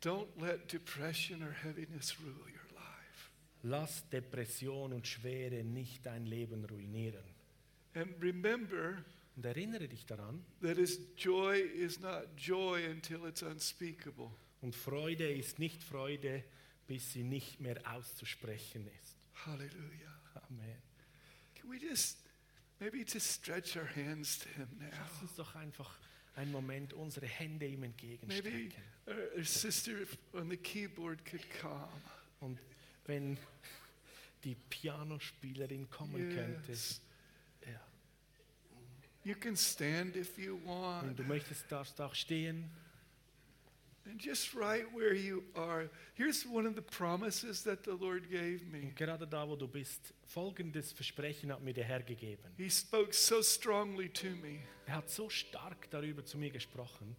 [SPEAKER 2] Don't let depression or heaviness rule your life.
[SPEAKER 1] Lass Depression und Schwere nicht dein Leben ruinieren.
[SPEAKER 2] And remember
[SPEAKER 1] Und erinnere dich daran,
[SPEAKER 2] that his joy is not joy until it's unspeakable.
[SPEAKER 1] und Freude ist nicht Freude, bis sie nicht mehr auszusprechen ist.
[SPEAKER 2] Hallelujah.
[SPEAKER 1] Amen.
[SPEAKER 2] Can we just maybe just stretch our hands to him
[SPEAKER 1] Lass
[SPEAKER 2] now?
[SPEAKER 1] uns doch einfach einen Moment unsere Hände ihm
[SPEAKER 2] Maybe
[SPEAKER 1] entgegenstrecken.
[SPEAKER 2] our, our sister on the keyboard could come.
[SPEAKER 1] Und wenn die Pianospielerin kommen könnte,
[SPEAKER 2] Yes.
[SPEAKER 1] ja.
[SPEAKER 2] You can stand if you want.
[SPEAKER 1] wenn du möchtest, darfst du auch stehen.
[SPEAKER 2] And just right where you are, here's one of the promises that the Lord gave me.
[SPEAKER 1] Und gerade da, wo du bist, folgendes Versprechen hat mir der Herr gegeben.
[SPEAKER 2] He spoke so strongly to me
[SPEAKER 1] Er hat so stark darüber zu mir gesprochen.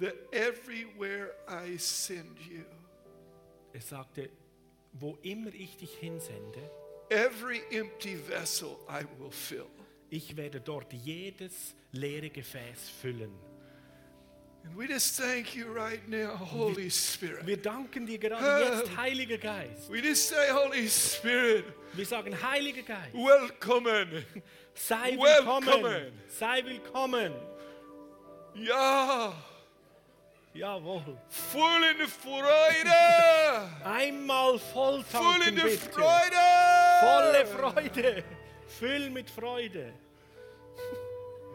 [SPEAKER 2] that everywhere I send you,
[SPEAKER 1] Er sagte, wo immer ich dich hinsende,
[SPEAKER 2] every empty vessel I will fill.
[SPEAKER 1] ich werde dort jedes leere Gefäß füllen.
[SPEAKER 2] And we just thank you right now, Holy Spirit.
[SPEAKER 1] Wir danken dir gerade jetzt, Heiliger Geist.
[SPEAKER 2] We just say, Holy Spirit,
[SPEAKER 1] Wir sagen, Heiliger Geist,
[SPEAKER 2] welcome.
[SPEAKER 1] sei willkommen.
[SPEAKER 2] Welcome.
[SPEAKER 1] Sei willkommen.
[SPEAKER 2] Ja,
[SPEAKER 1] Jawohl.
[SPEAKER 2] voll in der Freude.
[SPEAKER 1] Einmal voll
[SPEAKER 2] Voll
[SPEAKER 1] tanken,
[SPEAKER 2] in der
[SPEAKER 1] bitte. Volle
[SPEAKER 2] Freude.
[SPEAKER 1] Freude. Füll mit Freude.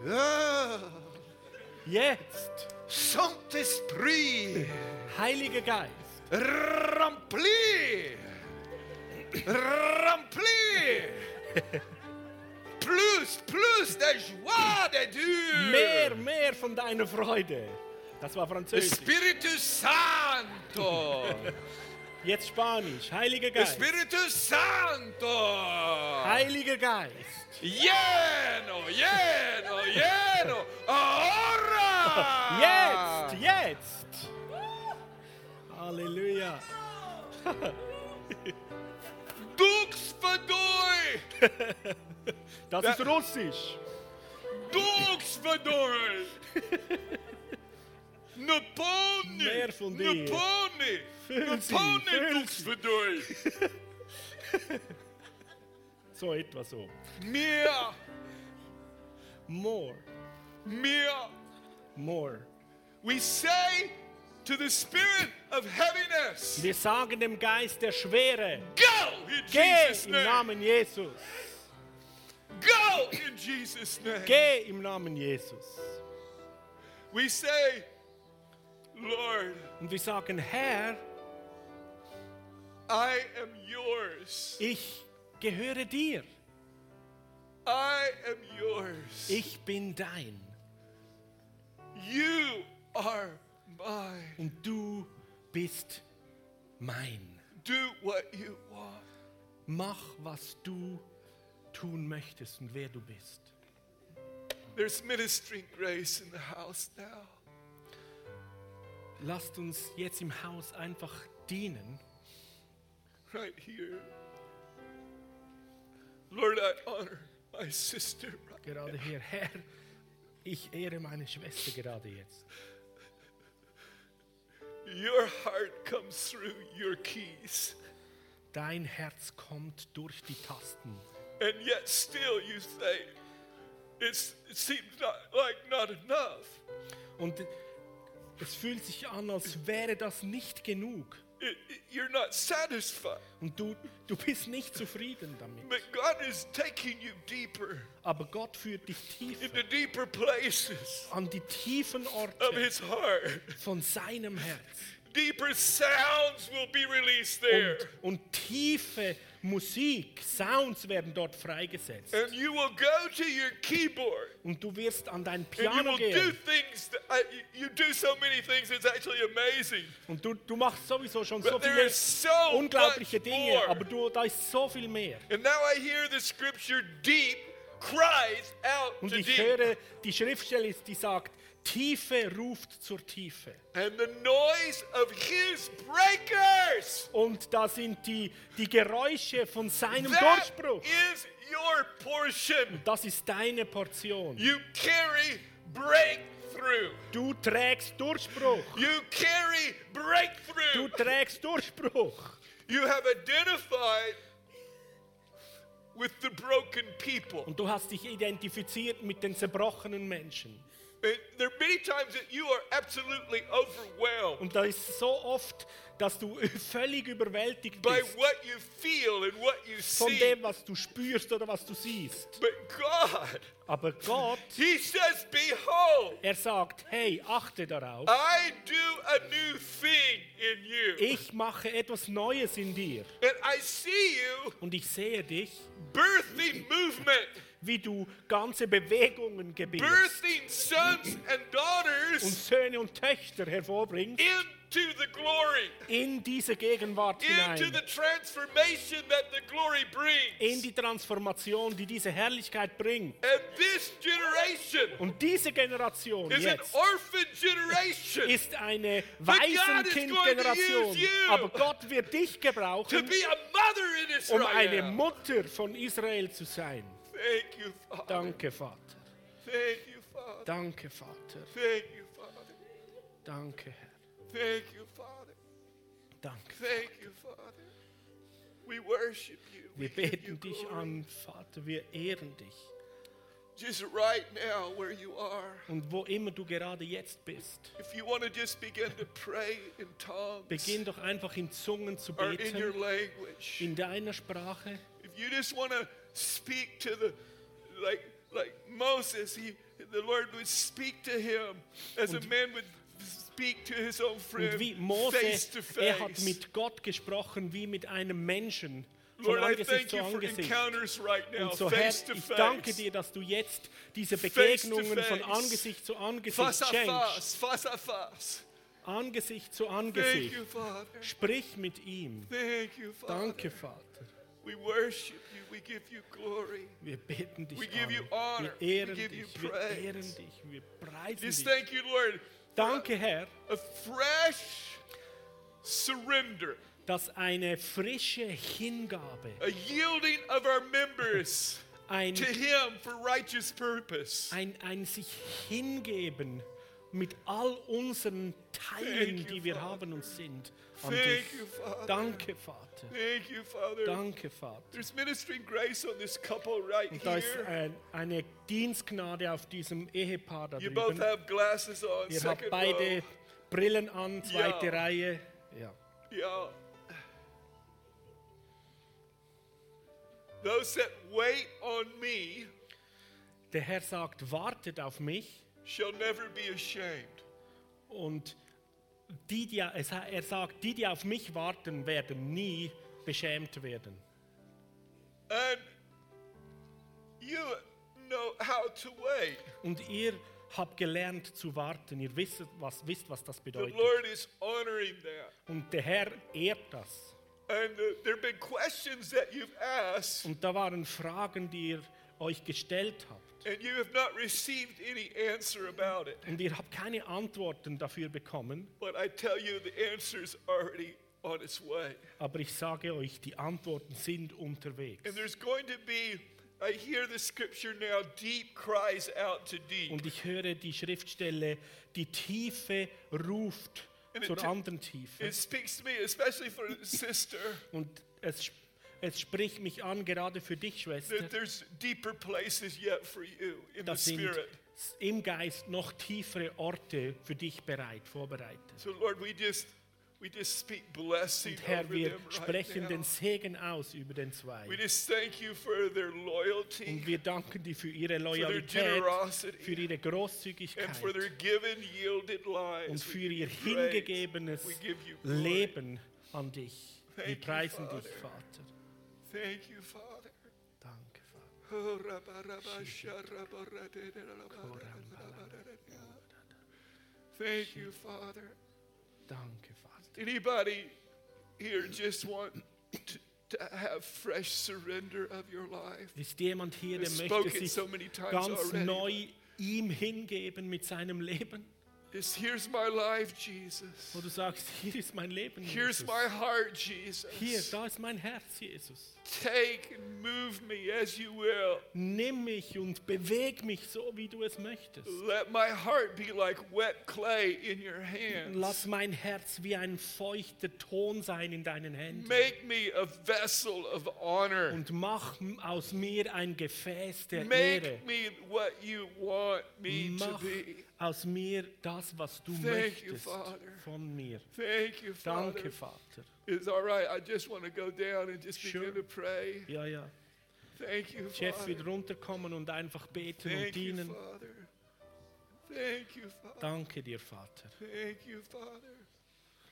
[SPEAKER 2] Ja,
[SPEAKER 1] Jetzt,
[SPEAKER 2] Saint Esprit.
[SPEAKER 1] Heiliger Geist.
[SPEAKER 2] Rempli! Rempli! Plus, plus de joie de Dieu!
[SPEAKER 1] Mehr, mehr von deiner Freude. Das war Französisch.
[SPEAKER 2] Espiritu Santo!
[SPEAKER 1] Jetzt Spanisch. Heiliger Geist.
[SPEAKER 2] Espiritu Santo!
[SPEAKER 1] Heiliger Geist.
[SPEAKER 2] Lleno, lleno, lleno! Ahora!
[SPEAKER 1] Jetzt, jetzt. Halleluja.
[SPEAKER 2] Dux verdoi!
[SPEAKER 1] Das ist Russisch.
[SPEAKER 2] Dogsbedorven! Napone!
[SPEAKER 1] Meer van die.
[SPEAKER 2] Napone!
[SPEAKER 1] Vul sie,
[SPEAKER 2] Napone,
[SPEAKER 1] vul
[SPEAKER 2] Dogsbedorven!
[SPEAKER 1] So etwa so.
[SPEAKER 2] Mehr!
[SPEAKER 1] More,
[SPEAKER 2] Mehr!
[SPEAKER 1] more.
[SPEAKER 2] We say to the spirit of heaviness,
[SPEAKER 1] Wir sagen dem Geist der Schwere,
[SPEAKER 2] go in
[SPEAKER 1] geh
[SPEAKER 2] Jesus'
[SPEAKER 1] im
[SPEAKER 2] name!
[SPEAKER 1] Namen Jesus.
[SPEAKER 2] Go in Jesus' name!
[SPEAKER 1] Geh im Namen Jesus.
[SPEAKER 2] We say, Lord,
[SPEAKER 1] Und wir sagen, Herr,
[SPEAKER 2] I am yours.
[SPEAKER 1] ich gehöre dir.
[SPEAKER 2] I am yours.
[SPEAKER 1] Ich bin dein.
[SPEAKER 2] You are mine.
[SPEAKER 1] Und du bist mein.
[SPEAKER 2] Do what you want.
[SPEAKER 1] Mach, was du tun möchtest und wer du bist.
[SPEAKER 2] There's ministering grace in the house now.
[SPEAKER 1] Lasst uns jetzt im Haus einfach dienen.
[SPEAKER 2] right here. Lord, I honor my sister. right-
[SPEAKER 1] Gerade hier, Herr, ich ehre meine Schwester gerade jetzt.
[SPEAKER 2] Your heart comes through your keys,
[SPEAKER 1] Dein Herz kommt durch die Tasten.
[SPEAKER 2] and yet still you say, it's, it seems not, like not enough.
[SPEAKER 1] Und es fühlt sich an, als wäre das nicht genug.
[SPEAKER 2] It- it- you're not satisfied,
[SPEAKER 1] Und du, du bist nicht zufrieden damit.
[SPEAKER 2] but God is taking you deeper
[SPEAKER 1] Aber Gott führt dich tiefer
[SPEAKER 2] into deeper places
[SPEAKER 1] an die tiefen
[SPEAKER 2] of
[SPEAKER 1] Orte
[SPEAKER 2] His heart.
[SPEAKER 1] von seinem Herz.
[SPEAKER 2] Deeper sounds will be released there,
[SPEAKER 1] Und, und tiefe Musik, Sounds werden dort freigesetzt.
[SPEAKER 2] and you will go to your keyboard.
[SPEAKER 1] Und du wirst an dein
[SPEAKER 2] And you
[SPEAKER 1] Piano
[SPEAKER 2] will do
[SPEAKER 1] gehen.
[SPEAKER 2] things, that, I, you do so many things, it's actually amazing.
[SPEAKER 1] Und du, du machst sowieso schon so
[SPEAKER 2] But there
[SPEAKER 1] viele
[SPEAKER 2] is so
[SPEAKER 1] unglaubliche
[SPEAKER 2] much
[SPEAKER 1] Dinge,
[SPEAKER 2] more.
[SPEAKER 1] aber du, da ist so viel mehr.
[SPEAKER 2] And now I hear the scripture deep cries out
[SPEAKER 1] Und
[SPEAKER 2] to
[SPEAKER 1] ich
[SPEAKER 2] deep.
[SPEAKER 1] höre die Schriftstelle, die sagt, Tiefe ruft zur Tiefe.
[SPEAKER 2] And the noise of his breakers.
[SPEAKER 1] Und da sind die, die Geräusche von seinem
[SPEAKER 2] That
[SPEAKER 1] Durchbruch.
[SPEAKER 2] is your portion.
[SPEAKER 1] Das ist deine Portion.
[SPEAKER 2] You carry breakthrough.
[SPEAKER 1] Du trägst Durchbruch.
[SPEAKER 2] You carry
[SPEAKER 1] Du
[SPEAKER 2] breakthrough.
[SPEAKER 1] trägst Durchbruch.
[SPEAKER 2] You have identified with the broken people.
[SPEAKER 1] Und du hast dich identifiziert mit den zerbrochenen Menschen.
[SPEAKER 2] It, there are many times that you are absolutely overwhelmed
[SPEAKER 1] Und da ist so oft, dass du völlig überwältigt
[SPEAKER 2] by
[SPEAKER 1] bist
[SPEAKER 2] what you feel and what you
[SPEAKER 1] von
[SPEAKER 2] see.
[SPEAKER 1] dem, was du spürst oder was du siehst.
[SPEAKER 2] But God,
[SPEAKER 1] Aber Gott,
[SPEAKER 2] He says, Behold,
[SPEAKER 1] er sagt, hey, achte darauf.
[SPEAKER 2] I do a new thing in you.
[SPEAKER 1] Ich mache etwas Neues in dir.
[SPEAKER 2] And I see you
[SPEAKER 1] Und ich sehe dich,
[SPEAKER 2] birthing movement,
[SPEAKER 1] wie du ganze Bewegungen gebierst
[SPEAKER 2] birthing sons and
[SPEAKER 1] und
[SPEAKER 2] daughters
[SPEAKER 1] Söhne und Töchter hervorbringst
[SPEAKER 2] into the glory,
[SPEAKER 1] in diese Gegenwart
[SPEAKER 2] into the
[SPEAKER 1] hinein.
[SPEAKER 2] transformation that the glory
[SPEAKER 1] In
[SPEAKER 2] brings.
[SPEAKER 1] die Transformation, die diese Herrlichkeit bringt.
[SPEAKER 2] And this generation
[SPEAKER 1] Und diese Generation
[SPEAKER 2] is an
[SPEAKER 1] jetzt
[SPEAKER 2] orphan generation.
[SPEAKER 1] ist eine
[SPEAKER 2] God is going to
[SPEAKER 1] Waisenkindgeneration.
[SPEAKER 2] use you.
[SPEAKER 1] Aber Gott wird dich
[SPEAKER 2] to
[SPEAKER 1] gebrauchen,
[SPEAKER 2] be a mother in Israel.
[SPEAKER 1] um eine Mutter von Israel zu sein.
[SPEAKER 2] Thank you, Father.
[SPEAKER 1] Danke, Vater.
[SPEAKER 2] Thank you, Father.
[SPEAKER 1] Danke, Vater.
[SPEAKER 2] Thank you, Father.
[SPEAKER 1] Danke, Herr.
[SPEAKER 2] Thank you, Father.
[SPEAKER 1] Danke.
[SPEAKER 2] Thank you, Father. We worship you. We
[SPEAKER 1] Wir
[SPEAKER 2] give you
[SPEAKER 1] beten dich
[SPEAKER 2] glory.
[SPEAKER 1] an, Vater. Wir ehren dich.
[SPEAKER 2] Just right now, where you are,
[SPEAKER 1] Und wo immer du gerade jetzt bist,
[SPEAKER 2] if you want to just begin to pray in tongues
[SPEAKER 1] beginn doch einfach in Zungen zu
[SPEAKER 2] or in your
[SPEAKER 1] beten,
[SPEAKER 2] language,
[SPEAKER 1] in deiner Sprache.
[SPEAKER 2] if you just want to speak to the, like, like Moses, he, the Lord would speak to him as a man would speak to his own
[SPEAKER 1] Und
[SPEAKER 2] friend
[SPEAKER 1] wie Mose,
[SPEAKER 2] face to
[SPEAKER 1] er hat
[SPEAKER 2] face.
[SPEAKER 1] mit Gott gesprochen, wie mit einem Menschen, von
[SPEAKER 2] Lord, I
[SPEAKER 1] Angesicht
[SPEAKER 2] thank
[SPEAKER 1] zu
[SPEAKER 2] you for
[SPEAKER 1] Angesicht.
[SPEAKER 2] encounters right now,
[SPEAKER 1] Und so Herr,
[SPEAKER 2] face to
[SPEAKER 1] ich danke
[SPEAKER 2] face.
[SPEAKER 1] dir, dass du jetzt diese
[SPEAKER 2] Face to
[SPEAKER 1] Begegnungen von
[SPEAKER 2] face.
[SPEAKER 1] Angesicht zu
[SPEAKER 2] Face
[SPEAKER 1] Angesicht
[SPEAKER 2] à
[SPEAKER 1] schenkst.
[SPEAKER 2] face, face à face.
[SPEAKER 1] Angesicht zu
[SPEAKER 2] Thank you,
[SPEAKER 1] Angesicht.
[SPEAKER 2] Father.
[SPEAKER 1] Sprich mit ihm.
[SPEAKER 2] Thank you, Father.
[SPEAKER 1] Danke, Vater.
[SPEAKER 2] We worship you. We give you glory.
[SPEAKER 1] Wir beten dich
[SPEAKER 2] We give you
[SPEAKER 1] an.
[SPEAKER 2] honor.
[SPEAKER 1] Wir ehren
[SPEAKER 2] We give you
[SPEAKER 1] dich. Wir
[SPEAKER 2] praise.
[SPEAKER 1] ehren dich. Wir preisen
[SPEAKER 2] Just
[SPEAKER 1] dich.
[SPEAKER 2] thank you, Lord. for
[SPEAKER 1] Danke, Herr.
[SPEAKER 2] A fresh surrender,
[SPEAKER 1] dass eine frische Hingabe,
[SPEAKER 2] a yielding of our members
[SPEAKER 1] ein,
[SPEAKER 2] to Him for righteous purpose.
[SPEAKER 1] ein, ein sich hingeben mit all unseren Teilen,
[SPEAKER 2] Thank you,
[SPEAKER 1] die wir
[SPEAKER 2] Father.
[SPEAKER 1] haben und sind. An
[SPEAKER 2] Thank
[SPEAKER 1] dich.
[SPEAKER 2] you, Father.
[SPEAKER 1] Danke, Vater.
[SPEAKER 2] Thank you, Father.
[SPEAKER 1] Danke, Vater.
[SPEAKER 2] There's ministering grace on this couple right
[SPEAKER 1] Und da ist
[SPEAKER 2] here.
[SPEAKER 1] ein, eine Dienstgnade auf diesem Ehepaar da
[SPEAKER 2] You
[SPEAKER 1] drüben.
[SPEAKER 2] both have glasses on,
[SPEAKER 1] Ihr habt
[SPEAKER 2] second row.
[SPEAKER 1] beide Brillen an, zweite
[SPEAKER 2] Ja.
[SPEAKER 1] Reihe. Ja.
[SPEAKER 2] Yeah. Those that wait on me
[SPEAKER 1] Der Herr sagt, wartet auf mich.
[SPEAKER 2] shall never be ashamed.
[SPEAKER 1] Und die, die, es- er sagt, die, die auf mich warten, werden nie beschämt werden.
[SPEAKER 2] And you know how to wait.
[SPEAKER 1] Und ihr habt gelernt zu warten. Ihr wisst, was, wisst, was das
[SPEAKER 2] The
[SPEAKER 1] bedeutet.
[SPEAKER 2] Lord is honoring that.
[SPEAKER 1] Und der Herr ehrt das.
[SPEAKER 2] And uh, there have been questions that you've asked,
[SPEAKER 1] Und da waren Fragen, die ihr euch gestellt habt.
[SPEAKER 2] and you have not received any answer about it.
[SPEAKER 1] Und ihr habt keine Antworten dafür bekommen.
[SPEAKER 2] But I tell you, the answer's already on its way.
[SPEAKER 1] Aber ich sage euch, die Antworten sind unterwegs.
[SPEAKER 2] And there's going to be, I hear the scripture now, deep cries out to deep.
[SPEAKER 1] Und ich höre die Schriftstelle, die Tiefe ruft
[SPEAKER 2] And it
[SPEAKER 1] zur
[SPEAKER 2] ta-
[SPEAKER 1] anderen Tiefe.
[SPEAKER 2] It speaks to me, especially for the sister,
[SPEAKER 1] Und es, sp- es spricht mich an, gerade für dich, Schwester,
[SPEAKER 2] that there's deeper places yet for you in the
[SPEAKER 1] dass sind
[SPEAKER 2] spirit.
[SPEAKER 1] s- im Geist noch tiefere Orte für dich bereit, vorbereitet.
[SPEAKER 2] So Lord, we just we just speak blessing
[SPEAKER 1] Und Herr,
[SPEAKER 2] over
[SPEAKER 1] wir
[SPEAKER 2] them right
[SPEAKER 1] sprechen
[SPEAKER 2] now.
[SPEAKER 1] den Segen aus über den zwei.
[SPEAKER 2] We just thank you for their loyalty
[SPEAKER 1] Und wir danken dir für ihre Loyalität,
[SPEAKER 2] generosity
[SPEAKER 1] für ihre
[SPEAKER 2] and for their
[SPEAKER 1] Großzügigkeit
[SPEAKER 2] given, yielded lives.
[SPEAKER 1] und
[SPEAKER 2] We
[SPEAKER 1] für
[SPEAKER 2] give
[SPEAKER 1] ihr
[SPEAKER 2] you praise.
[SPEAKER 1] hingegebenes
[SPEAKER 2] We give you glory.
[SPEAKER 1] Leben an dich.
[SPEAKER 2] Thank
[SPEAKER 1] Wir
[SPEAKER 2] you,
[SPEAKER 1] preisen dich,
[SPEAKER 2] Father.
[SPEAKER 1] Vater.
[SPEAKER 2] Thank you, Father.
[SPEAKER 1] Danke, Vater.
[SPEAKER 2] Oh, rabba, rabba, sha, rabba, ra, de, de, la, la, ba, ra, la, la, ba, ra, ra, ya. Thank you, Father.
[SPEAKER 1] Danke, Vater.
[SPEAKER 2] Anybody here just want to, to have fresh surrender of your life?
[SPEAKER 1] Ist jemand hier, der
[SPEAKER 2] We've
[SPEAKER 1] möchte
[SPEAKER 2] spoken
[SPEAKER 1] sich
[SPEAKER 2] so many times
[SPEAKER 1] ganz
[SPEAKER 2] already.
[SPEAKER 1] neu ihm hingeben mit seinem Leben?
[SPEAKER 2] It's, here's my life, Jesus.
[SPEAKER 1] Wo du sagst, hier ist mein Leben,
[SPEAKER 2] Here's
[SPEAKER 1] Jesus.
[SPEAKER 2] my heart, Jesus.
[SPEAKER 1] Hier, da ist mein Herz, Jesus.
[SPEAKER 2] Take and move me as you will.
[SPEAKER 1] Nimm mich und beweg mich so, wie du es möchtest.
[SPEAKER 2] Let my heart be like wet clay in your hands.
[SPEAKER 1] Lass mein Herz wie ein feuchter Ton sein in deinen Händen.
[SPEAKER 2] Make me a vessel of honor.
[SPEAKER 1] Und mach m- aus mir ein Gefäß der Ehre.
[SPEAKER 2] Make me what you want me to
[SPEAKER 1] Mach
[SPEAKER 2] be.
[SPEAKER 1] aus mir das, was du
[SPEAKER 2] Thank you,
[SPEAKER 1] möchtest
[SPEAKER 2] Father.
[SPEAKER 1] von mir.
[SPEAKER 2] Thank you, Father.
[SPEAKER 1] Danke, Vater.
[SPEAKER 2] It's all right. I just want to go down and just
[SPEAKER 1] Sure.
[SPEAKER 2] begin to pray.
[SPEAKER 1] Ja, ja.
[SPEAKER 2] Thank you,
[SPEAKER 1] Chef,
[SPEAKER 2] Father.
[SPEAKER 1] wieder runterkommen und einfach beten und
[SPEAKER 2] Thank you,
[SPEAKER 1] dienen.
[SPEAKER 2] Father. Thank you, Father.
[SPEAKER 1] Danke dir, Vater.
[SPEAKER 2] Thank you, Father.